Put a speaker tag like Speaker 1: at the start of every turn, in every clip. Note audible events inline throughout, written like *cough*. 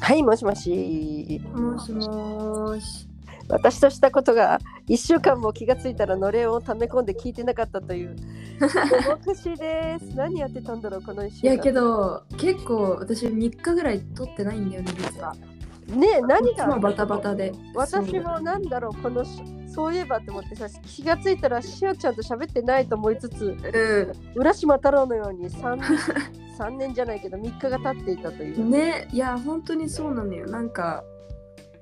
Speaker 1: はいもしもし
Speaker 2: もしもーし。
Speaker 1: 私としたことが1週間も気がついたらのれんを溜め込んで聞いてなかったと
Speaker 2: *laughs*
Speaker 1: いうおもくしです何やってたんだろうこの1週
Speaker 2: い
Speaker 1: 間
Speaker 2: やけど結構私3日ぐらい撮ってないんだよね実は。
Speaker 1: ねえ何
Speaker 2: いつ
Speaker 1: が
Speaker 2: もバタバタで。
Speaker 1: 私もなんだろうこのしそういえばって思ってさ気がついたらしおちゃんと喋ってないと思いつつ
Speaker 2: そう。
Speaker 1: 浦島太郎のように 3,
Speaker 2: *laughs*
Speaker 1: 3年じゃないけど3日が経っていたというう、
Speaker 2: ん。ねいや本当にそうなのよなんか。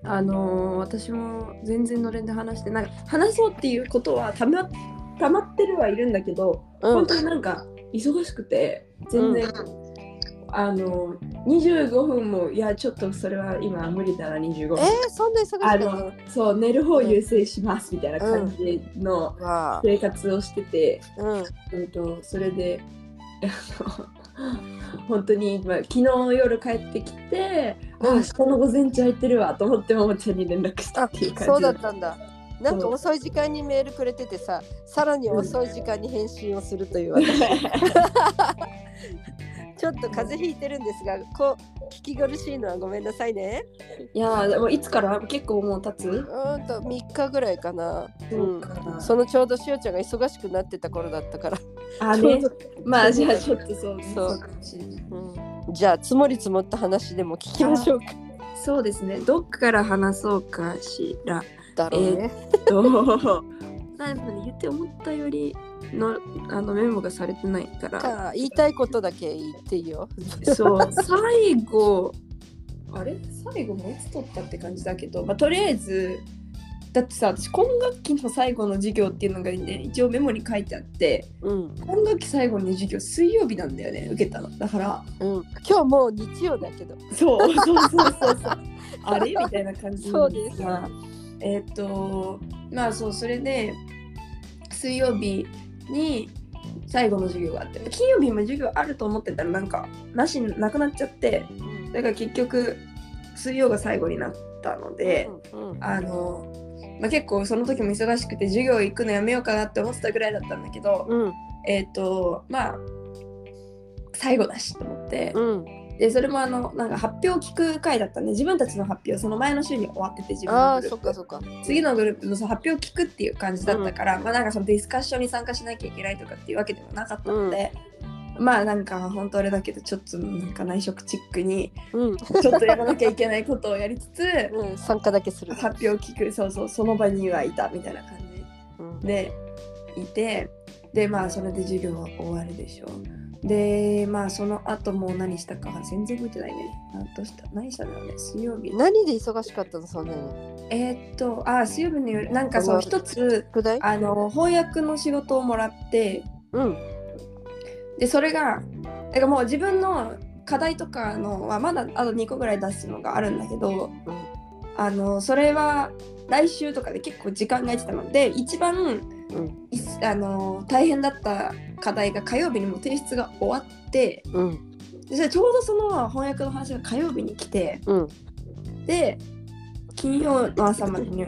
Speaker 2: あのー私も全然のれんで話してなんか話そうっていうことはたまたまってるはいるんだけど、
Speaker 1: うん
Speaker 2: 本当になんか忙しくて全然、あのー25分もいやちょっとそれは今無理だな25分
Speaker 1: えー、そんな忙しか
Speaker 2: あ
Speaker 1: ったの
Speaker 2: のそう寝る方を優先しますみたいな感じの
Speaker 1: わあ
Speaker 2: 生活をしてて、
Speaker 1: うん
Speaker 2: うんとそれであの *laughs* 本当に、まあ、昨日夜帰ってきて、あ明日の午前中空いてるわと思ってももちゃんに連絡した
Speaker 1: あ
Speaker 2: っていう感じ
Speaker 1: そうだったんだ。なんか
Speaker 2: そう
Speaker 1: 遅い時間にメールくれててさ、さらに遅い時間に返信をするという、ちょっと風邪ひいてるんですが、こう聞き苦しいのはごめんなさいね。
Speaker 2: *laughs* いやーでもいつから結構もう経
Speaker 1: う
Speaker 2: つ、
Speaker 1: ーんと3日ぐらいかな。
Speaker 2: そうか
Speaker 1: ん
Speaker 2: な
Speaker 1: そのちょうどしおちゃんが忙しくなってた頃だったから。
Speaker 2: あ
Speaker 1: ちょう
Speaker 2: ね
Speaker 1: ど
Speaker 2: まあじゃあちょっとそう
Speaker 1: そう
Speaker 2: かもしれない
Speaker 1: うんじゃあ積もり積もった話でも聞きましょうか。
Speaker 2: そうですねどっから話そうかしら
Speaker 1: だろうね。
Speaker 2: と、 *laughs* なんかね言って思ったよりのあのメモがされてないから、
Speaker 1: か言いたいことだけ言っていいよ。
Speaker 2: そう、最後、あれ最後もいつ取ったって感じだけど、まあ、とりあえず、だってさ、私、今学期の最後の授業っていうのがね、一応メモに書いてあって、
Speaker 1: うん
Speaker 2: 今学期最後の授業、水曜日なんだよね、受けたの。だから、
Speaker 1: うん。今日もう日曜だけど。
Speaker 2: そうそうそうそう
Speaker 1: *laughs*
Speaker 2: そうあれみたいな感じなん
Speaker 1: そうです
Speaker 2: がえっ、とまあそうそれで水曜日に最後の授業があって金曜日も授業あると思ってたらなんかなしなくなっちゃってだから結局水曜が最後になったので、
Speaker 1: うんうん
Speaker 2: あの、まあ、結構その時も忙しくて授業行くのやめようかなって思ってたぐらいだったんだけど、
Speaker 1: うん
Speaker 2: えっ、とまあ最後だしと思って、
Speaker 1: うん。
Speaker 2: でそれもあのなんか発表を聞く回だったね自分たちの発表その前の週に終わってて自分
Speaker 1: あ
Speaker 2: の
Speaker 1: あ、
Speaker 2: グル
Speaker 1: そ
Speaker 2: ー
Speaker 1: っか
Speaker 2: プ
Speaker 1: そっか。
Speaker 2: 次のグループのその発表を聞くっていう感じだったから、まあなんかそのディスカッションに参加しなきゃいけないとかっていうわけでもなかったので、まあなんか本当あれだけどちょっとなんか内職チックに
Speaker 1: うん、
Speaker 2: ちょっとやらなきゃいけないことをやりつつ
Speaker 1: うん、参加だけする。
Speaker 2: 発表を聞くそうそうその場にはいたみたいな感じ
Speaker 1: うん
Speaker 2: でいてでまあそれで授業は終わるでしょうでまあその後もう何したかは全然覚えてないねあどうした何したんだろうね水曜日
Speaker 1: 何で忙しかったの、そんなに。
Speaker 2: えーっとあ水曜日の夜なんかそう一つ
Speaker 1: 宿題。
Speaker 2: あの翻訳の仕事をもらって
Speaker 1: うん、
Speaker 2: でそれがなんかもう自分の課題とかのはまだあと2個ぐらい出すのがあるんだけど
Speaker 1: うん、
Speaker 2: あのそれは来週とかで結構時間が空いてたので一番
Speaker 1: うん、
Speaker 2: いつあの大変だった課題が火曜日にも提出が終わって
Speaker 1: うん、
Speaker 2: でそれちょうどその翻訳の話が火曜日に来て
Speaker 1: うん、
Speaker 2: で金曜の朝までに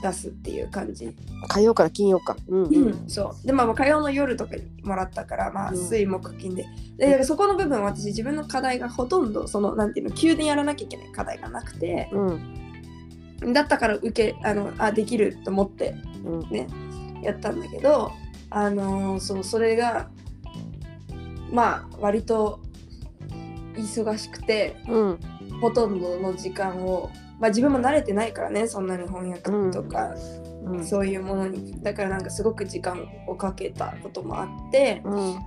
Speaker 2: 出すっていう感じ、
Speaker 1: 火曜から金曜か。うん、うん、
Speaker 2: そうでまあ火曜の夜とかにもらったからま
Speaker 1: う
Speaker 2: あ
Speaker 1: ん
Speaker 2: 水木金ででだからそこの部分私自分の課題がほとんどそのなんていうの急にやらなきゃいけない課題がなくて
Speaker 1: うん、
Speaker 2: だったから受けあのあできると思って
Speaker 1: うん、
Speaker 2: ねやったんだけどあのーそうそれがまあ割と忙しくて
Speaker 1: うん、
Speaker 2: ほとんどの時間を、まあ、自分も慣れてないからねそんなに翻訳とか、
Speaker 1: うん、
Speaker 2: そういうものにだからなんかすごく時間をかけたこともあって、
Speaker 1: うん、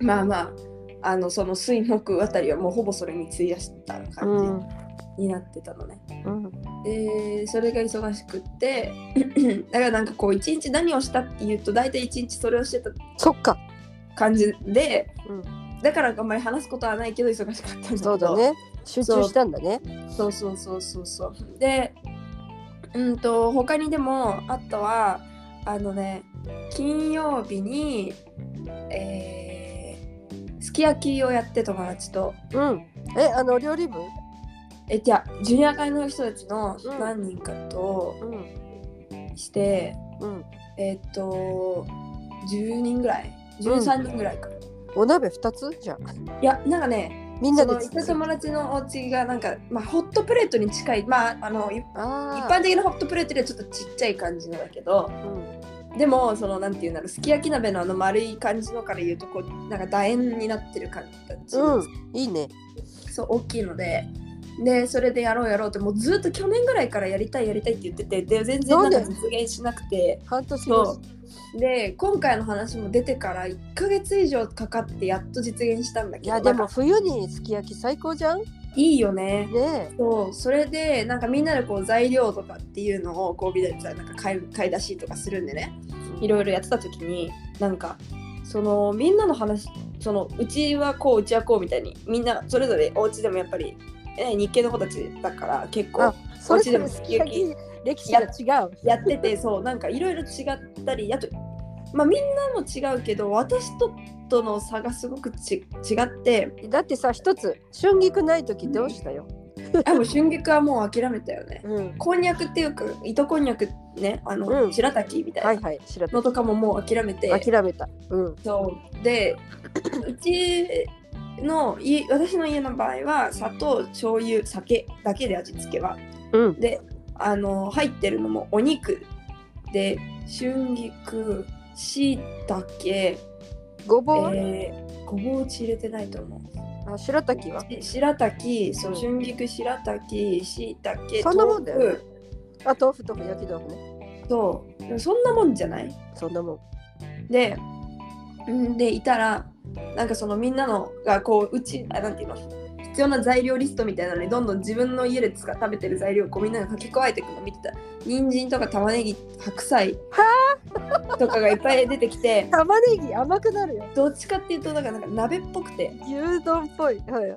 Speaker 2: まあまああのその水木あたりはもうほぼそれに費やした
Speaker 1: う
Speaker 2: 感
Speaker 1: ん、
Speaker 2: じになってたのね。
Speaker 1: うん、
Speaker 2: でそれが忙しくって *clears throat* だからなんかこう一日何をしたっていうと大体一日それをしてた
Speaker 1: そっか。
Speaker 2: 感じで、
Speaker 1: うん
Speaker 2: だからあんまり話すことはないけど忙しかったんだけど
Speaker 1: そうだね。集中したんだね。
Speaker 2: そうそうそうそうそうでうんと他にでもあとはあのね金曜日にえーすき焼きをやって友達と
Speaker 1: うん、え、あの料理部。
Speaker 2: えじゃあジュニア会の人たちの
Speaker 1: うん
Speaker 2: 何人かと
Speaker 1: うん、
Speaker 2: して、
Speaker 1: うん、
Speaker 2: えーっと10人ぐらい13人ぐらいか、
Speaker 1: *laughs* お鍋二つじゃん。
Speaker 2: いやなんかね
Speaker 1: みんなで
Speaker 2: その行った友達のお家がなんか、まあ、ホットプレートに近い、まあ、あのい一
Speaker 1: あー
Speaker 2: 般的なホットプレートよりはちょっとちっちゃい感じのだけど
Speaker 1: うん
Speaker 2: でもそのなんていうんだろうすき焼き鍋のあの丸い感じのから言うとこうなんか楕円になってる感じ、
Speaker 1: うん、いいね
Speaker 2: そう大きいので。でそれでやろうやろうってもうずっと去年ぐらいからやりたいやりたいって言っててで全然
Speaker 1: そ
Speaker 2: な
Speaker 1: うんだ
Speaker 2: か
Speaker 1: よ
Speaker 2: 実現しなくて
Speaker 1: 半年
Speaker 2: そ
Speaker 1: 後
Speaker 2: うで今回の話も出てから1ヶ月以上かかってやっと実現したんだけ
Speaker 1: い
Speaker 2: ど
Speaker 1: やで
Speaker 2: な
Speaker 1: も
Speaker 2: んか
Speaker 1: 冬にすき焼き最高じゃんね
Speaker 2: いいよね
Speaker 1: え
Speaker 2: そうそれでなんかみんなでこう材料とかっていうのをこうみんなでさなんか買い買い出しとかするんでねいろいろやってた時になんかそのみんなの話そのうちはこううちはこうみたいにみんなそれぞれお家でもやっぱり、ね、日系の子たちだから結構
Speaker 1: あそれ
Speaker 2: お家
Speaker 1: ぞ
Speaker 2: で
Speaker 1: れ
Speaker 2: も
Speaker 1: す
Speaker 2: す
Speaker 1: き
Speaker 2: き
Speaker 1: 焼き
Speaker 2: 焼き
Speaker 1: 歴史が違う
Speaker 2: やっててそうなんかいろいろ違ったりあとまあみんなも違うけど私ととの差がすごくち違
Speaker 1: *laughs*
Speaker 2: って
Speaker 1: だってさ一つ春菊ない時どうしたよ、
Speaker 2: あもう春菊はもう諦めたよね。
Speaker 1: うん、
Speaker 2: こんにゃくっていうか糸こんにゃくねあの、
Speaker 1: うん
Speaker 2: 白滝みたいな、
Speaker 1: はいはい白
Speaker 2: のとかももう諦めて
Speaker 1: 鳥諦めたうん
Speaker 2: そうでうちの家私の家の場合は砂糖醤油酒だけで味付けは
Speaker 1: うん
Speaker 2: あの入ってるのもお肉で春菊しいたけ
Speaker 1: ごぼうは、
Speaker 2: ごぼう打ち入れてないと思う
Speaker 1: あ白滝は
Speaker 2: し白滝そう
Speaker 1: うん
Speaker 2: 春菊白滝しいたけ
Speaker 1: そんなもんだよね
Speaker 2: 豆腐
Speaker 1: あ豆腐とか焼き豆腐ね
Speaker 2: そうでもそんなもんじゃない
Speaker 1: そんなもん
Speaker 2: でんでいたらなんかそのみんなのがこううちあなんていうの必要な材料リストみたいなのにどんどん自分の家で使食べてる材料をこうみんなが書き加えていくのを見てた人参とか玉ねぎ白菜とかがいっぱい出てきて
Speaker 1: 玉ねぎ甘くなるよ
Speaker 2: どっちかっていうとなんかなんか鍋っぽくて
Speaker 1: 牛丼っぽい、はい、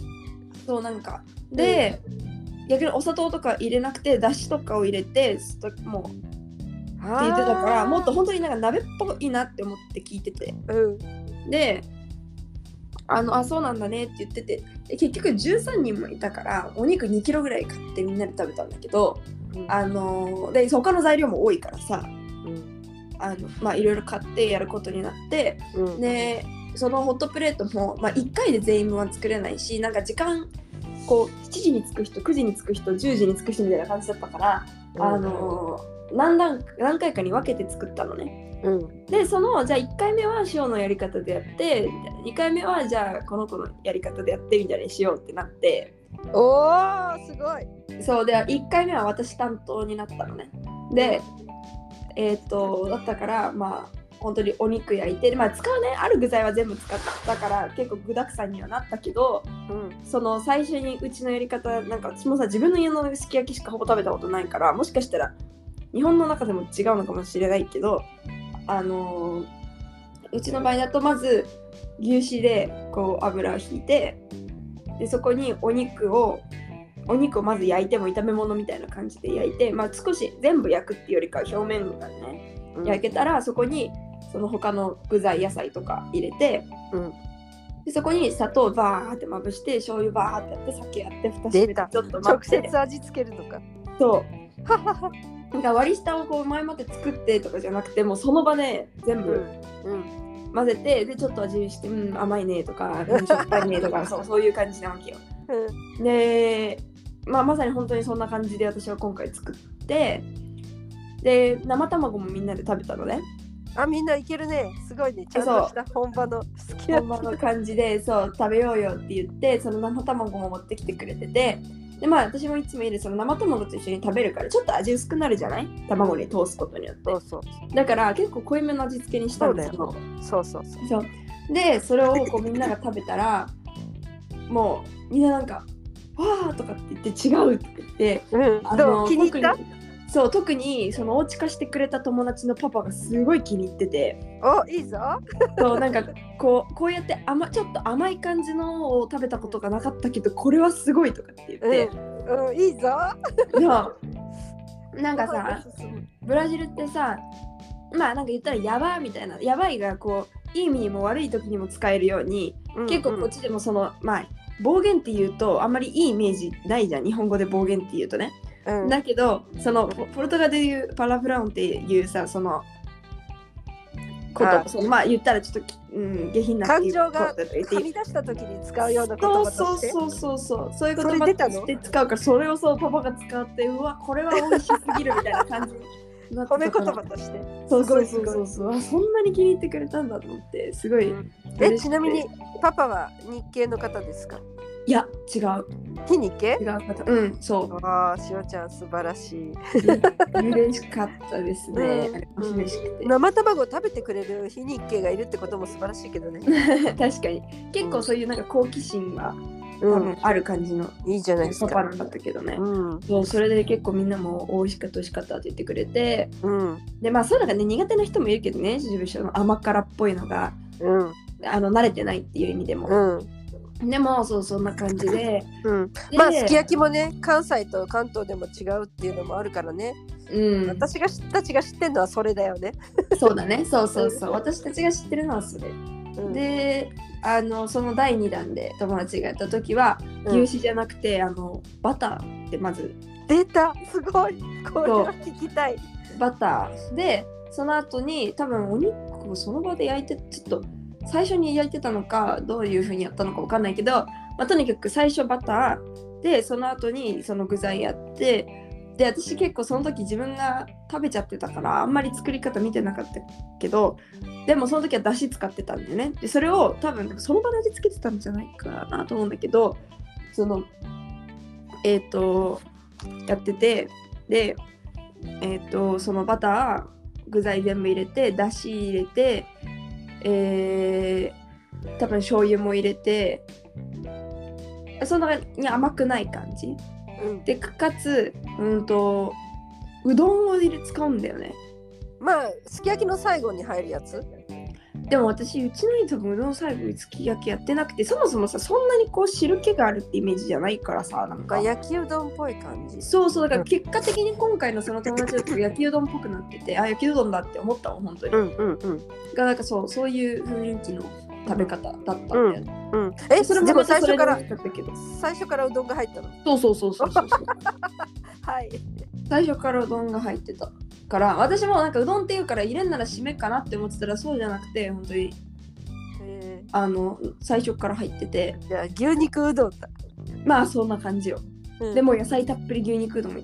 Speaker 2: そうなんかで、逆にお砂糖とか入れなくてだしとかを入れてすともうって言ってたからもっと本当になんか鍋っぽいなって思って聞いてて。
Speaker 1: うん
Speaker 2: であのあそうなんだねって言っててで結局13人もいたからお肉2キロぐらい買ってみんなで食べたんだけどあのーで他の材料も多いからさ
Speaker 1: うん
Speaker 2: あのまあいろいろ買ってやることになって
Speaker 1: うん
Speaker 2: でそのホットプレートも、まあ、1回で全員分は作れないしなんか時間こう7時に着く人9時に着く人10時に着く人みたいな感じだったから、あのー何段何回かに分けて作ったのね。
Speaker 1: うん
Speaker 2: でそのじゃあ1回目は塩のやり方でやって2回目はじゃあこの子のやり方でやってみたいにしようってなって
Speaker 1: おーすごい
Speaker 2: そうで1回目は私担当になったのねでえっ、とだったからまあ本当にお肉焼いて、まあ、使うねある具材は全部使ったから結構具だくさんにはなったけど
Speaker 1: うん
Speaker 2: その最初にうちのやり方なんか私もさ自分の家のすき焼きしかほぼ食べたことないからもしかしたら日本の中でも違うのかもしれないけどあのーうちの場合だとまず牛脂でこう油を引いてでそこにお肉をお肉をまず焼いても炒め物みたいな感じで焼いて、まあ、少し全部焼くっていうよりかは表面がね
Speaker 1: うん
Speaker 2: 焼けたらそこにその他の具材野菜とか入れて、
Speaker 1: うん
Speaker 2: でそこに砂糖バーってまぶして醤油バーってやって酒やって蓋して
Speaker 1: 出
Speaker 2: ち
Speaker 1: た
Speaker 2: ょっと
Speaker 1: 直
Speaker 2: 待って
Speaker 1: 接味付けるのか
Speaker 2: そ
Speaker 1: ははは
Speaker 2: うなんか割り下をこう前もって作ってとかじゃなくてもうその場で全
Speaker 1: うん
Speaker 2: 部
Speaker 1: うん
Speaker 2: 混ぜて、でちょっと味見してうん甘いねとかうんしょっぱいねと
Speaker 1: *laughs*
Speaker 2: かそうそういう感じなわけよ
Speaker 1: うん
Speaker 2: で、まあ、まさに本当にそんな感じで私は今回作ってで生卵もみんなで食べたのね
Speaker 1: あみんないけるねすごいねちゃんとした本場のすき
Speaker 2: *laughs*
Speaker 1: 焼
Speaker 2: 本場の
Speaker 1: き
Speaker 2: 感じでそう食べようよって言ってその生卵も持ってきてくれててでまあ私もいつもいるその生卵と一緒に食べるからちょっと味薄くなるじゃない卵に通すことによっ
Speaker 1: そう
Speaker 2: て
Speaker 1: そう
Speaker 2: だから結構濃いめの味付けにしたんですよ
Speaker 1: そうそうそう
Speaker 2: そうでそれをこうみんなが食べたらもうみんななんか「わー」とかって言って「違う」って言って
Speaker 1: うん
Speaker 2: あ
Speaker 1: ど
Speaker 2: の
Speaker 1: う気に入った
Speaker 2: 特にそう特にそのお家化してくれた友達のパパがすごい気に入ってて。
Speaker 1: おいいぞ
Speaker 2: そうなんかこうこうやって甘ちょっと甘い感じのを食べたことがなかったけどこれはすごいとかって言って、
Speaker 1: うんうんいいぞ
Speaker 2: で
Speaker 1: *laughs*
Speaker 2: もなんかさ
Speaker 1: 進む
Speaker 2: ブラジルってさまあなんか言ったらやばいみたいなやばいがこういい意味にも悪い時にも使えるように
Speaker 1: うん
Speaker 2: 結構こっちでもそのまあ暴言って言うとあんまりいいイメージないじゃん日本語で暴言って言うとね。
Speaker 1: うん
Speaker 2: だけどそのポポルトガルで言うパラフラウンっていうさそのこ
Speaker 1: あ
Speaker 2: とそうまあ言ったらちょっとき、うん、下品な
Speaker 1: 感情が
Speaker 2: ことだと言ってい
Speaker 1: 噛
Speaker 2: い
Speaker 1: み出した時に使うような言
Speaker 2: そう
Speaker 1: 葉と
Speaker 2: そう
Speaker 1: して
Speaker 2: そうそうそうそういう言
Speaker 1: それ出
Speaker 2: 葉
Speaker 1: たの
Speaker 2: として使うからそれをそうパパが使ってうわこれは美味しすぎるみたいな感じになってた
Speaker 1: 褒
Speaker 2: か
Speaker 1: め
Speaker 2: ら
Speaker 1: 言葉として。
Speaker 2: そう
Speaker 1: すごい
Speaker 2: そ
Speaker 1: うす
Speaker 2: そ
Speaker 1: ごいう
Speaker 2: そうそうあそんなに気に入ってくれたんだと思ってすごい嬉しくて
Speaker 1: えちなみにパパは日系の方ですか
Speaker 2: いや違う
Speaker 1: 非日系
Speaker 2: 違う方うんそ
Speaker 1: ああ、しおちゃん素晴らし
Speaker 2: う
Speaker 1: *laughs*
Speaker 2: 嬉しかったですね
Speaker 1: うん
Speaker 2: 嬉しくて
Speaker 1: い。生卵を食べてくれる非日系がいるってことも素晴らしいけどね。
Speaker 2: 確かに結構そういうなんか好奇心が多
Speaker 1: う
Speaker 2: 分ある感じの
Speaker 1: ん、いいじゃないです
Speaker 2: パパ
Speaker 1: か。
Speaker 2: なんだったけどね
Speaker 1: うん、
Speaker 2: そうそれで結構みんなも美味しかった美味しかったって言ってくれて
Speaker 1: うん、
Speaker 2: でまあそういうのがね苦手な人もいるけどね事務所の甘辛っぽいのが
Speaker 1: うん、
Speaker 2: あの慣れてないっていう意味で
Speaker 1: う
Speaker 2: も、
Speaker 1: ん、
Speaker 2: でもそうそんな感じで
Speaker 1: うん。
Speaker 2: で
Speaker 1: まあ、すき焼きもね、関西と関東でも違うっていうのもあるからね。
Speaker 2: うん、
Speaker 1: 私が知たちが知ってるのはそれだよね。
Speaker 2: そうだねそうそうそう私たちが知ってるのはそれ、
Speaker 1: うん、
Speaker 2: であのその第2弾で友達がやった時は
Speaker 1: うん
Speaker 2: 牛脂じゃなくて、あのバターでまず
Speaker 1: 出た、すごい。これは聞きたい。
Speaker 2: バターでその後に多分お肉をその場で焼いてちょっと最初に焼いてたのかどういう風にやったのかわかんないけど、まあ、とにかく最初バターでその後にその具材やってで私結構その時自分が食べちゃってたからあんまり作り方見てなかったけどでもその時はだし使ってたんだよねでそれを多分その場で味付けてたんじゃないかなと思うんだけどそのえっ、とやっててでえっ、とそのバター具材全部入れてだし入れてえー、多分醤油も入れてそんなに甘くない感じ
Speaker 1: うん、
Speaker 2: でかかつうんとうどんを入れ使うんだよね
Speaker 1: まあ、すき焼きの最後に入るやつ。
Speaker 2: でも私うちのいとこうどん最後にすき焼きやってなくてそもそもさそんなにこう汁気があるってイメージじゃないからさなん
Speaker 1: ま
Speaker 2: か
Speaker 1: あ、焼きうどんっぽい感じ。
Speaker 2: そうそうだから結果的に今回のその友達だと焼きうどんっぽくなっててあ焼きうどんだって思ったもん本当に、
Speaker 1: うん、うん、うん、
Speaker 2: がなんかそうそういう雰囲気の食べ方だったんだよね、
Speaker 1: うん。え、
Speaker 2: それも
Speaker 1: でも
Speaker 2: また
Speaker 1: 最
Speaker 2: それ
Speaker 1: 初
Speaker 2: で
Speaker 1: か
Speaker 2: 美
Speaker 1: ら
Speaker 2: 味。しかったけど
Speaker 1: 最初からうどんが入ったの。
Speaker 2: そうそうそうそうそうそう
Speaker 1: はい。
Speaker 2: 最初からうどんが入ってたから私もなんかうどんっていうから入れんなら締めかなって思ってたらそうじゃなくて本当に
Speaker 1: え
Speaker 2: あの最初から入ってて
Speaker 1: ー、じゃあ牛肉うどんだ。
Speaker 2: まあそんな感じよでも野菜たっぷり牛肉うどんに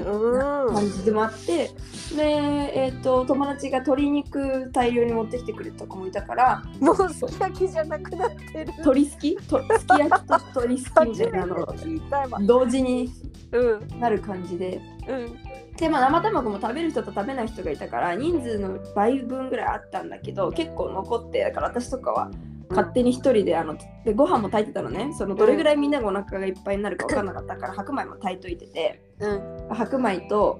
Speaker 1: うん、うん
Speaker 2: 感じでもあってで、えー、と友達が鶏肉大量に持ってきてくれた子もいたから
Speaker 1: もうすき焼きじゃなくなってる。
Speaker 2: 鶏好きとすき焼きと鶏好きみ
Speaker 1: 初
Speaker 2: た
Speaker 1: め
Speaker 2: い
Speaker 1: て
Speaker 2: *laughs* なの
Speaker 1: 聞いたわ。
Speaker 2: 同時に
Speaker 1: うん
Speaker 2: なる感じで
Speaker 1: うん
Speaker 2: で、まあ、生卵も食べる人と食べない人がいたから人数の倍分ぐらいあったんだけど結構残ってだから私とかは勝手に一人であのでご飯も炊いてたのねそのどれぐらいみんながお腹がいっぱいになるか分かんなかったから白米も炊いといてて
Speaker 1: うん。
Speaker 2: 白米と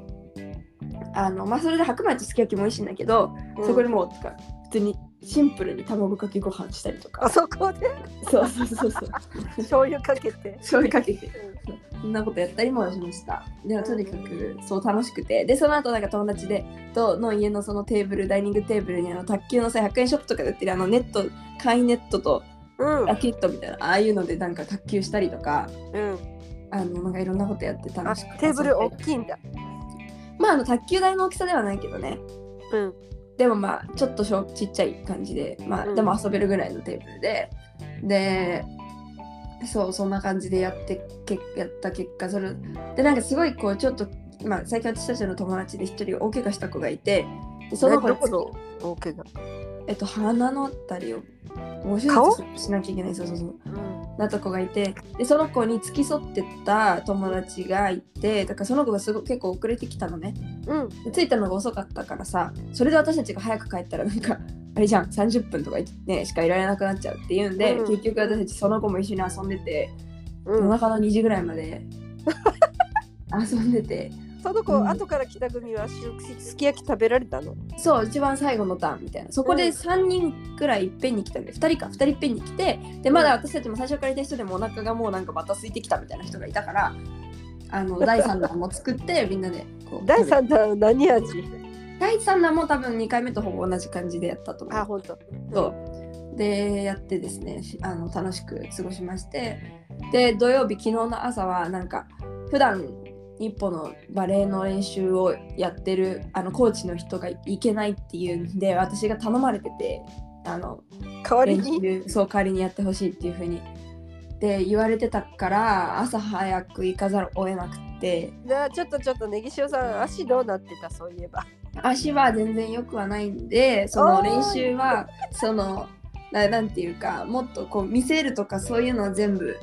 Speaker 2: あの、まあ、それで白米とすき焼きも美味しいんだけど、そこでもうてか普通にシンプルに卵かけご飯したりと
Speaker 1: あ
Speaker 2: か
Speaker 1: そこで
Speaker 2: そうそうそうそう
Speaker 1: 醤油かけて。
Speaker 2: 醤油かけてそんなことやったりもしました。でもとにかくそう楽しくてでその後なんか友達でとの家のそのテーブルダイニングテーブルにあの卓球のさ100円ショップとかで売ってるあのネット簡易ネットと
Speaker 1: うん
Speaker 2: ラケットみたいなああいうのでなんか卓球したりとか
Speaker 1: うん。
Speaker 2: あのなんかいろんなことやって
Speaker 1: あ
Speaker 2: 楽しく
Speaker 1: テーブル大きいんだ。
Speaker 2: まああの卓球台の大きさではないけどね
Speaker 1: うん
Speaker 2: でもまあちょっとしょちっちゃい感じでまあ
Speaker 1: うん
Speaker 2: でも遊べるぐらいのテーブルででそうそんな感じでやってけやった結果それでなんかすごいこうちょっとまあ最近私たちの友達で一人大怪我した子がいてでその子
Speaker 1: えどこの大怪我。
Speaker 2: えっと鼻のあたりをもう手
Speaker 1: 顔
Speaker 2: 術しなきゃいけないそうそうそうなった子がいてでその子に付き添ってた友達がいてだからその子がすご結構遅れてきたのね
Speaker 1: うん
Speaker 2: で着いたのが遅かったからさそれで私たちが早く帰ったらなんかあれじゃん30分とか、ね、しかいられなくなっちゃうっていうんで、
Speaker 1: うん
Speaker 2: 結局私たちその子も一緒に遊んでて、
Speaker 1: うん
Speaker 2: 夜
Speaker 1: うん。
Speaker 2: 中の2時ぐらいまで *laughs* 遊んでて
Speaker 1: その
Speaker 2: う
Speaker 1: 子
Speaker 2: ん
Speaker 1: 後から来た組はしすき焼き食べられたの。
Speaker 2: そう一番最後のターンみたいなそこ
Speaker 1: う
Speaker 2: で
Speaker 1: ん
Speaker 2: 3人ぐらいいっぺんに来たんで2人か2人いっぺんに来てでまだ私たちも最初からいた人でもお腹がもうなんかまた空いてきたみたいな人がいたからあ
Speaker 1: *laughs*
Speaker 2: の第3弾も作ってみんなでこう
Speaker 1: 第三弾は何味？
Speaker 2: 第3弾も多分2回目とほぼ同じ感じでやったと思う
Speaker 1: あ本当。
Speaker 2: そうでやってですねしあの楽しく過ごしましてで土曜日昨日の朝はなんか普段一歩のバレエの練習をやってるあのコーチの人が行けないっていうんで私が頼まれててあの
Speaker 1: 代わり
Speaker 2: 練
Speaker 1: に
Speaker 2: 習そう代わりにやってほしいっていう風にで言われてたから朝早く行かざるを得なくって
Speaker 1: なあちょっとちょっとねぎしおさん足どうなってたそういえば
Speaker 2: 足は全然良くはないんでそ
Speaker 1: お
Speaker 2: の
Speaker 1: ーい
Speaker 2: 練習はそのななんていうかもっとこう見せるとかそういうのは全部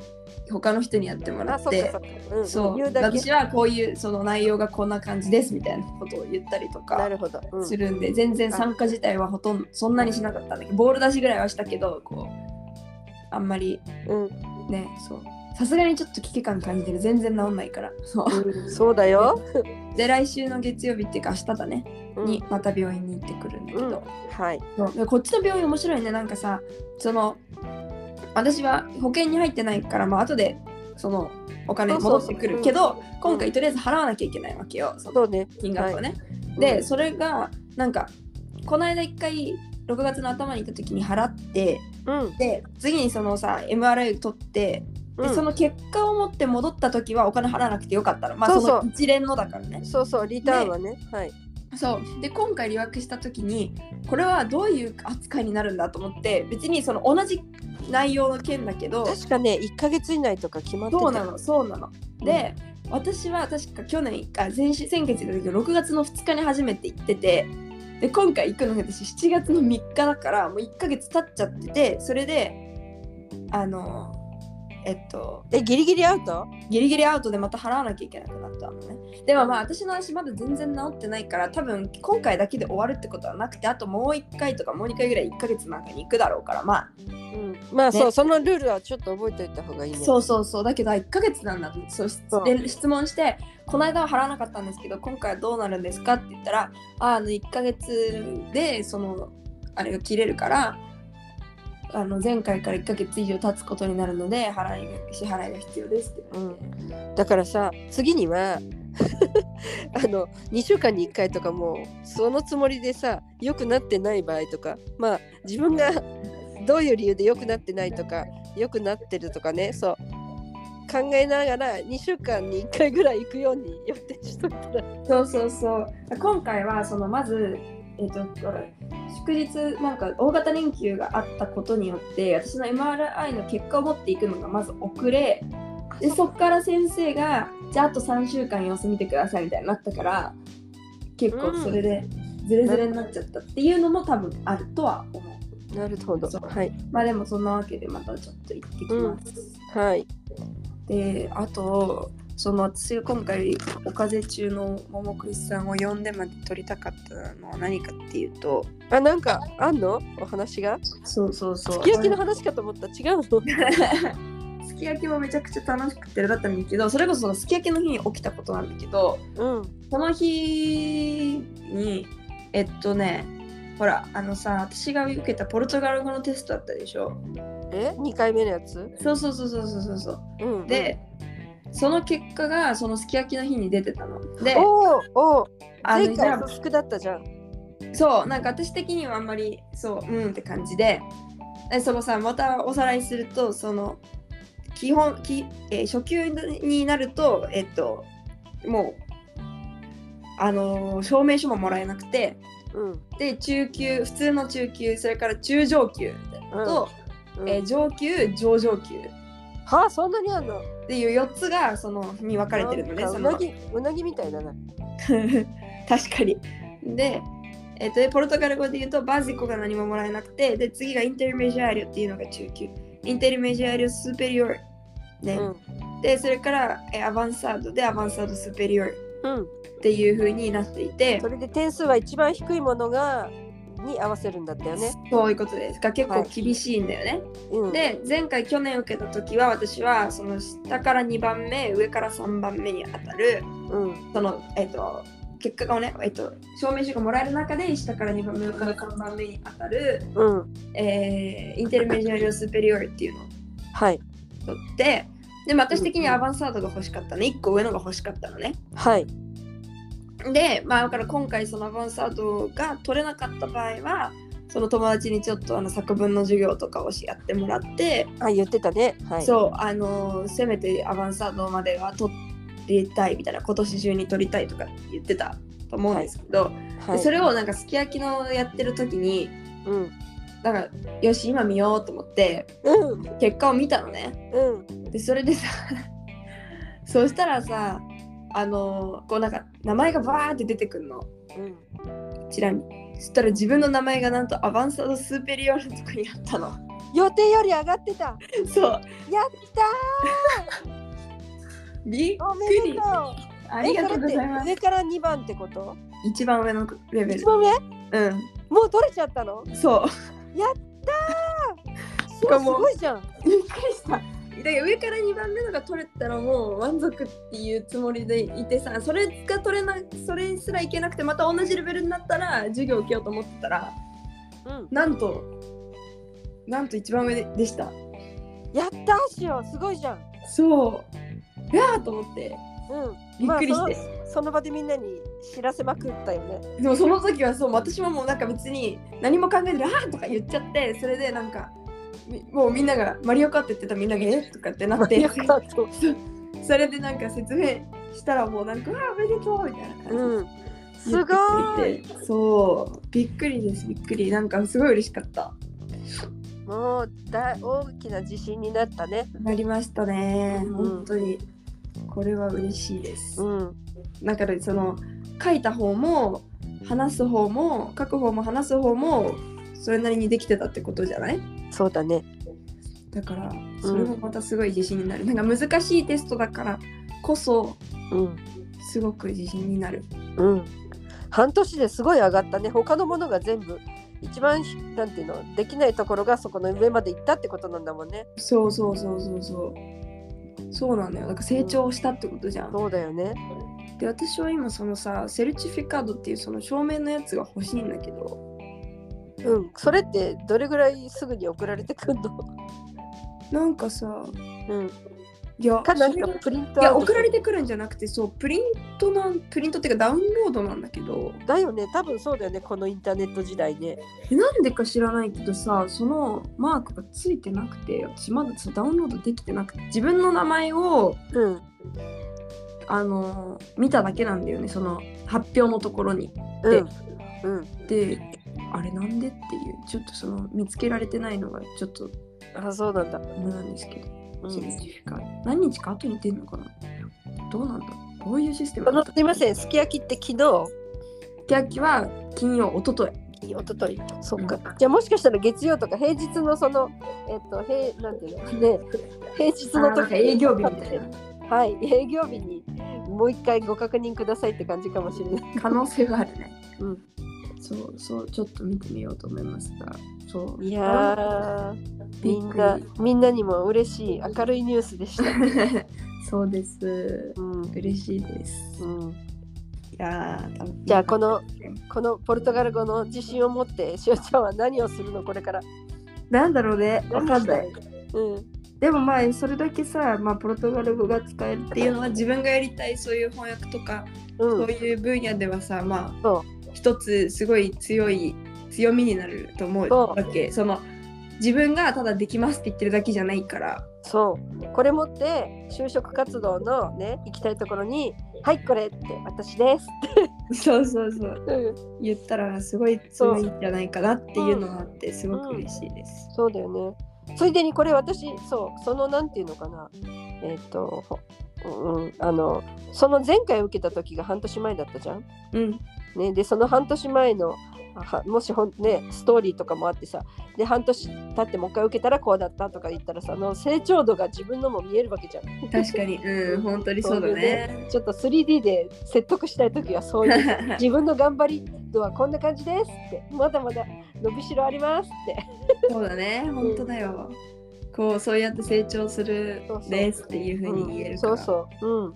Speaker 2: 他の人にやってもら
Speaker 1: あ
Speaker 2: っ
Speaker 1: そ
Speaker 2: て
Speaker 1: っかそっか、うん、
Speaker 2: そう
Speaker 1: 言うだけ
Speaker 2: 私はこういうその内容がこんな感じですみたいなことを言ったりと
Speaker 1: な
Speaker 2: か
Speaker 1: るほど、うん
Speaker 2: するんで、全然参加自体はほとんどそんなにしなかったんだけどボール出しぐらいはしたけどこうあんまり
Speaker 1: うん
Speaker 2: ねそうさすがにちょっと危機感感じてる全然治んないからそう
Speaker 1: うんそうだよ、
Speaker 2: で来週の月曜日っていうか明日だね
Speaker 1: うん
Speaker 2: にまた病院に行ってくるんだけど、
Speaker 1: はい
Speaker 2: そうでこっちの病院面白いねなんかさその私は保険に入ってないからまあ後でそのお金戻ってくるけど今回とりあえず払わなきゃいけないわけよその
Speaker 1: そうね
Speaker 2: 金額をね。
Speaker 1: い
Speaker 2: で、
Speaker 1: うん
Speaker 2: それがなんかこの間一回6月の頭に行った時に払って
Speaker 1: うん
Speaker 2: で次にそのさ MRI 取ってで
Speaker 1: うん
Speaker 2: その結果を持って戻った時はお金払わなくてよかったのまあ
Speaker 1: そう
Speaker 2: そ
Speaker 1: そう
Speaker 2: の一連のだからね
Speaker 1: そうそうリターンはねはい
Speaker 2: そうで今回留学した時にこれはどういう扱いになるんだと思って別にその同じ内容の件だけど
Speaker 1: 確かね1ヶ月以内とか決まってた
Speaker 2: そうなのそうなので、私は確か去年か前週先月行った時6月の2日に初めて行っててで今回行くのが私7月の3日だからもう1ヶ月経っちゃっててそれであのえっと
Speaker 1: えギリギリアウト
Speaker 2: ギリギリアウトでまた払わなきゃいけなくなったのねでもまあ私の足まだ全然治ってないから多分今回だけで終わるってことはなくてあともう1回とかもう2回ぐらい1ヶ月なんかに行くだろうからまあ
Speaker 1: うんまあ
Speaker 2: ね
Speaker 1: そうそのルールはちょっと覚えておいた方がいいね
Speaker 2: そうそうそうだけど1ヶ月なんだとそうし
Speaker 1: そう
Speaker 2: で質問してこの間は払わなかったんですけど今回はどうなるんですかって言ったらああの1ヶ月でそのあれが切れるからあの前回から1ヶ月以上経つことになるので払いが支払いが必要ですって言われて、
Speaker 1: だからさ次には *laughs* あの2週間に1回とかもうそのつもりでさ良くなってない場合とかまあ自分がどういう理由で良くなってないとか良くなってるとかねそう考えながら2週間に1回ぐらい行くように予定しといたら
Speaker 2: そうそうそう今回はそのまず、えっと祝日なんか大型連休があったことによって私の MRI の結果を持っていくのがまず遅れでそこから先生がじゃああと3週間様子見てくださいみたいになったから結構それでズレズレになっちゃったっていうのも多分あるとは思う。
Speaker 1: なるほど
Speaker 2: そう
Speaker 1: はい
Speaker 2: まあでもそんなわけでまたちょっと行ってきます。
Speaker 1: はい
Speaker 2: であとその私が今回お風邪中の桃栗さんを呼んでまで撮りたかったのは何かっていうと
Speaker 1: あなんかあんのお話が
Speaker 2: そうそうそう
Speaker 1: すき焼きの話かと思った違うの
Speaker 2: すき焼きもめちゃくちゃ楽しくてだったんだけどそれこそそのすき焼きの日に起きたことなんだけど
Speaker 1: *laughs* うん
Speaker 2: その日にえっとねほらあのさ私が受けたポルトガル語のテストあったでしょ
Speaker 1: え2回目のやつ
Speaker 2: そうそうそうそうそうそうそう
Speaker 1: うん
Speaker 2: でその結果がそのすき焼きの日に出てたので
Speaker 1: おーおー
Speaker 2: あの
Speaker 1: 前
Speaker 2: じゃ
Speaker 1: 回
Speaker 2: あ
Speaker 1: 不服だったじゃん
Speaker 2: そうなんか私的にはあんまりそううんって感じでえそのさまたおさらいするとその基本き、えー初級になるとえっともうあのー証明書ももらえなくて
Speaker 1: うん
Speaker 2: で中級普通の中級それから中上級みたいなのと、
Speaker 1: うん
Speaker 2: えー上級上上級っ
Speaker 1: はあそんなにあんの
Speaker 2: ていう4つがそのに分かれてるのね
Speaker 1: なんか
Speaker 2: そうの
Speaker 1: なぎうなぎみたいだな
Speaker 2: *laughs* 確かに。で、えっとでポルトガル語で言うとバージコが何ももらえなくてで次がインテルメジャーリオっていうのが中級インテルメジャーリオスペリオル、ね
Speaker 1: うん
Speaker 2: でそれからえアバンサードでアバンサードスペリオル
Speaker 1: うん
Speaker 2: っていう風になっていて
Speaker 1: それで点数は一番低いものがに合わせるんだったよね
Speaker 2: そういうことですが結構
Speaker 1: はい
Speaker 2: 厳しいんだよね、
Speaker 1: うん
Speaker 2: で前回去年受けた時は私はその下から2番目上から3番目に当たる
Speaker 1: うん
Speaker 2: その、えっと結果がね、えっと証明書がもらえる中で下から2番目上から3番目に当たる
Speaker 1: うん
Speaker 2: えーインテルメジャーリオスペリオリっていうのを
Speaker 1: はい
Speaker 2: 取ってでも私的にアバンサードが欲しかったの1個上のが欲しかったのね
Speaker 1: はい
Speaker 2: でまあだから今回そのアバンサードが取れなかった場合はその友達にちょっとあの作文の授業とかをしやってもらって、
Speaker 1: あ言ってたねはい
Speaker 2: そうあのーせめてアバンサードまでは取りたいみたいな今年中に取りたいとか言ってたと思うんですけど、
Speaker 1: はい、
Speaker 2: でそれをなんかすき焼きのやってる時に
Speaker 1: うん
Speaker 2: なんかよし今見ようと思って
Speaker 1: うん
Speaker 2: 結果を見たのね
Speaker 1: うん
Speaker 2: でそれでさ *laughs* そしたらさあのこうなんか名前がバーって出てくるのこ
Speaker 1: うん
Speaker 2: ちらにそしたら自分の名前がなんとアバンサードスーペリオールのとこにあったの *laughs*
Speaker 1: 予定より上がってた
Speaker 2: そう
Speaker 1: やった
Speaker 2: びっ
Speaker 1: ーおめ
Speaker 2: く
Speaker 1: で
Speaker 2: り
Speaker 1: とう
Speaker 2: あ
Speaker 1: え
Speaker 2: りがとうございま
Speaker 1: それ
Speaker 2: す
Speaker 1: って上から2番ってこと
Speaker 2: 一番上のレベル
Speaker 1: 1番目
Speaker 2: う
Speaker 1: もう取れちゃったの
Speaker 2: んそう
Speaker 1: すごいすごいじゃん
Speaker 2: *laughs* びっくりした。だから上から2番目のが取れたらもう満足っていうつもりでいてさそれが取れなそれすらいけなくてまた同じレベルになったら授業受けようと思ってたら
Speaker 1: うん
Speaker 2: なんとなんと一番上でした
Speaker 1: やったーしようすごいじゃん
Speaker 2: そうやーと思って
Speaker 1: うん
Speaker 2: びっくりして、
Speaker 1: まあそのその場でみんなに知らせまくったよね
Speaker 2: でもその時はそう私ももうなんか別に何も考えずに「あー」とか言っちゃってそれでなんかみもうみんなが「マリオカー」って言ってたみんなが「えとかってな
Speaker 1: *laughs*
Speaker 2: って
Speaker 1: よかった
Speaker 2: それでなんか説明したらもうなんか「うわーおめでとう」みたいな感じで。
Speaker 1: うんすごい
Speaker 2: そうびっくりですびっくりなんかすごい嬉しかった
Speaker 1: もう大大きな自信になったね
Speaker 2: なりましたね、
Speaker 1: うん
Speaker 2: 本当にこれは嬉しいです、
Speaker 1: うん
Speaker 2: だからその書いた方も話す方も書く方も話す方もそれなりにできてたってことじゃない
Speaker 1: そうだね
Speaker 2: だからそれもまたすごい自信になる、なんか難しいテストだからこそ
Speaker 1: うん
Speaker 2: すごく自信になる
Speaker 1: うん半年ですごい上がったね他のものが全部一番ひなんていうのできないところがそこの上まで行ったってことなんだもんね
Speaker 2: そうそうそうそうそうそうなんだよなんか成長したってことじゃん
Speaker 1: そうだよね
Speaker 2: で私は今そのさセルチフィカードっていうその証明のやつが欲しいんだけど
Speaker 1: うんそれってどれぐらいすぐに送られてくんの
Speaker 2: なんかさ
Speaker 1: うん
Speaker 2: いや
Speaker 1: かなん
Speaker 2: それ
Speaker 1: か
Speaker 2: が
Speaker 1: プリン
Speaker 2: い
Speaker 1: ト
Speaker 2: や
Speaker 1: アウト
Speaker 2: 送られてくるんじゃなくてそうプリントなんプリントっていうかダウンロードなんだけど
Speaker 1: だよね多分そうだよねこのインターネット時代ね
Speaker 2: えなんでか知らないけどさそのマークがついてなくて私まださダウンロードできてなくて自分の名前を
Speaker 1: うん
Speaker 2: あのー見ただけなんだよねその発表のところに
Speaker 1: う
Speaker 2: で
Speaker 1: んうん
Speaker 2: であれなんでっていうちょっとその見つけられてないのがちょっと
Speaker 1: あそうなんだ、
Speaker 2: あれなんですけど
Speaker 1: うん、
Speaker 2: セル
Speaker 1: あ
Speaker 2: チフィカ何日か後に出るのかなどうなんだどういうシステムだ
Speaker 1: の
Speaker 2: っ
Speaker 1: す
Speaker 2: た
Speaker 1: いませんすき焼きって昨日
Speaker 2: き焼きは金曜おととい
Speaker 1: 一昨日そっか、じゃあもしかしたら月曜とか平日のそのえっと平なんていうのね平日
Speaker 2: そ
Speaker 1: の
Speaker 2: の
Speaker 1: 時
Speaker 2: 時営業日みたいな
Speaker 1: はい営業日にもう一回ご確認くださいって感じかもしれない
Speaker 2: 可能性があるね
Speaker 1: うん
Speaker 2: そうそうちょっと見てみようと思いますがそう
Speaker 1: い
Speaker 2: い
Speaker 1: やーみんなみんなにも嬉しい明るいニュースでした
Speaker 2: *laughs* そうです
Speaker 1: うん
Speaker 2: 嬉しいです
Speaker 1: うん、
Speaker 2: いやー多分
Speaker 1: じゃあこのこのポルトガル語の自信を持ってしおちゃんは何をするのこれから
Speaker 2: なんだろうねわかんない
Speaker 1: うん
Speaker 2: でもまあそれだけさ、まあ、ポルトガル語が使えるっていうのは自分がやりたいそういう翻訳とか
Speaker 1: う
Speaker 2: そうんいう分野ではさまあ
Speaker 1: そ
Speaker 2: 一つすごい強い強みになると思う
Speaker 1: そう
Speaker 2: わけその自分がただできますって言ってるだけじゃないから
Speaker 1: そうこれ持って就職活動のね行きたいところに「はいこれ」って「私です」
Speaker 2: そうそうそう
Speaker 1: うん
Speaker 2: 言ったらすごい強いんじゃないかなっていうのがあってすごく嬉しいです、
Speaker 1: そうだよね。ついでにこれ私そうそのなんていうのかなえっ、と、ほうん、あのその前回受けた時が半年前だったじゃん。
Speaker 2: うん
Speaker 1: ね、でその半年前のあはもしほん、ね、ストーリーとかもあってさで半年経ってもう一回受けたらこうだったとか言ったらさあの成長度が自分のも見えるわけじゃん。
Speaker 2: 確かにうん
Speaker 1: *laughs*
Speaker 2: 本当にそうだね
Speaker 1: ちょっと 3D で説得したい時はそう
Speaker 2: *laughs*
Speaker 1: いう自分の頑張り度はこんな感じですってまだまだ伸びしろありますって。
Speaker 2: そうだね本当だよこうそうやって成長する
Speaker 1: そうそう
Speaker 2: ですっていうふうに言えるから、
Speaker 1: うんそうそう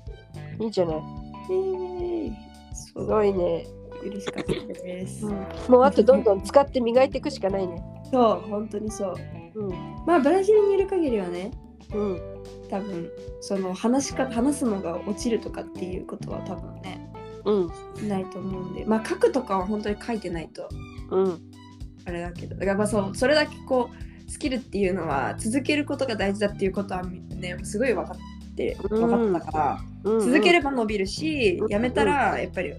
Speaker 1: うんいいじゃない
Speaker 2: えー
Speaker 1: す
Speaker 2: そう
Speaker 1: ごいね、
Speaker 2: 嬉しかったです、
Speaker 1: もうあとどんどん使って磨いていくしかないね
Speaker 2: そう本当にそう
Speaker 1: うん
Speaker 2: まあブラジルにいる限りはね
Speaker 1: うん
Speaker 2: 多分その話しか話すのが落ちるとかっていうことは多分ね
Speaker 1: うん
Speaker 2: ないと思うんでまあ書くとかは本当に書いてないと
Speaker 1: うん
Speaker 2: あれだけどだからまあそうそれだけこうスキルっていうのは続けることが大事だっていうことはねすごい分かっって分かったから、
Speaker 1: うん
Speaker 2: 続ければ伸びるし、
Speaker 1: うん
Speaker 2: やめたらやっぱり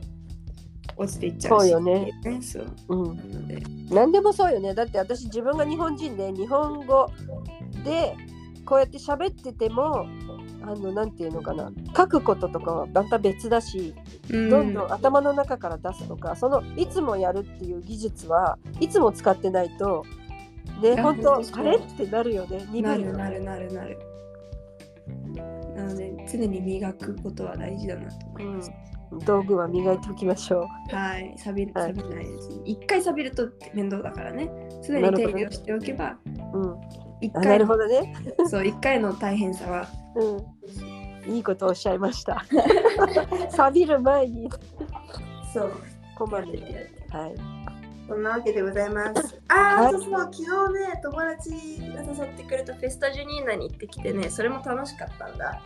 Speaker 2: 落ちていっちゃう
Speaker 1: そう
Speaker 2: し
Speaker 1: よね、
Speaker 2: そう
Speaker 1: うん、
Speaker 2: なので
Speaker 1: 何でもそうよねだって私自分が日本人で日本語でこうやって喋っててもあのなんていうのかな書くこととかはまた別だしどんどん頭の中から出すとか、そのいつもやるっていう技術はいつも使ってないと
Speaker 2: い
Speaker 1: ね
Speaker 2: や
Speaker 1: 本当
Speaker 2: 本当そう
Speaker 1: あれってなるよね
Speaker 2: うん、
Speaker 1: 鈍
Speaker 2: ないる
Speaker 1: よね
Speaker 2: なるなるなるなので常に磨くことは大事だなと思います、
Speaker 1: うん、道具は磨いておきましょ
Speaker 2: はい錆び
Speaker 1: はい
Speaker 2: 錆びないですね一回錆びると面倒だからね常
Speaker 1: なる
Speaker 2: に
Speaker 1: ほ
Speaker 2: 手
Speaker 1: ど
Speaker 2: 入れをしておけば
Speaker 1: う、うん、
Speaker 2: 一
Speaker 1: あ
Speaker 2: 回
Speaker 1: なるほどね、
Speaker 2: そう一回の大変さは
Speaker 1: うん、いいことをおっしゃいました
Speaker 2: *laughs*
Speaker 1: 錆びる前に
Speaker 2: そう
Speaker 1: こまめにはい
Speaker 2: そんなわけでございます。 *laughs* ああ、
Speaker 1: はい
Speaker 2: そうそう、昨日ね、友達が誘ってくれたフェスタジュニーナに行ってきてね、それも楽しかったんだ。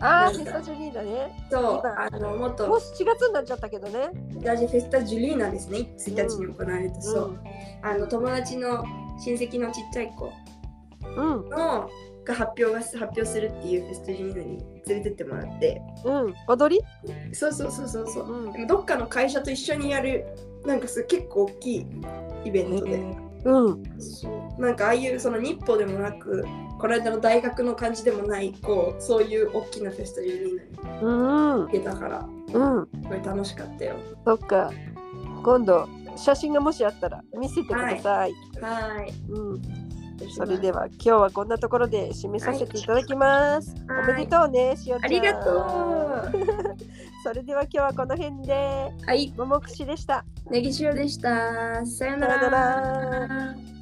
Speaker 1: ああ
Speaker 2: なん
Speaker 1: フ
Speaker 2: か
Speaker 1: ェスタジュリーだね
Speaker 2: そう、
Speaker 1: 今
Speaker 2: あの、
Speaker 1: もう
Speaker 2: 元
Speaker 1: 7月になっちゃったけどね
Speaker 2: ラジフェスタジュリーナですね、1日に行われた、そう。あの、友達の親戚のちっちゃい子
Speaker 1: うんうん
Speaker 2: のが発表が発表するっていうフェスタジュニーナに連れてってもらって、
Speaker 1: うん踊り
Speaker 2: そうそうそうそうそう。
Speaker 1: うん
Speaker 2: でもどっかの会社と一緒にやる、なんかす結構大きいイベントで。
Speaker 1: うん
Speaker 2: そうなんかああいうその日報でもなくこの間の大学の感じでもないこうそういう大きなフェスタジュに
Speaker 1: うん
Speaker 2: 行けたから
Speaker 1: うん
Speaker 2: すごい楽しかったよ
Speaker 1: そっか今度写真がもしあったら見せてください、
Speaker 2: はい
Speaker 1: うん、それでは今日はこんなところで締めさせていただきます、
Speaker 2: はい
Speaker 1: おめでとうねしおちゃん
Speaker 2: ありがとう
Speaker 1: それでは今日はこの辺で
Speaker 2: はい
Speaker 1: ももくしでした
Speaker 2: ネギ塩でしたさよ
Speaker 1: さよなら
Speaker 2: なら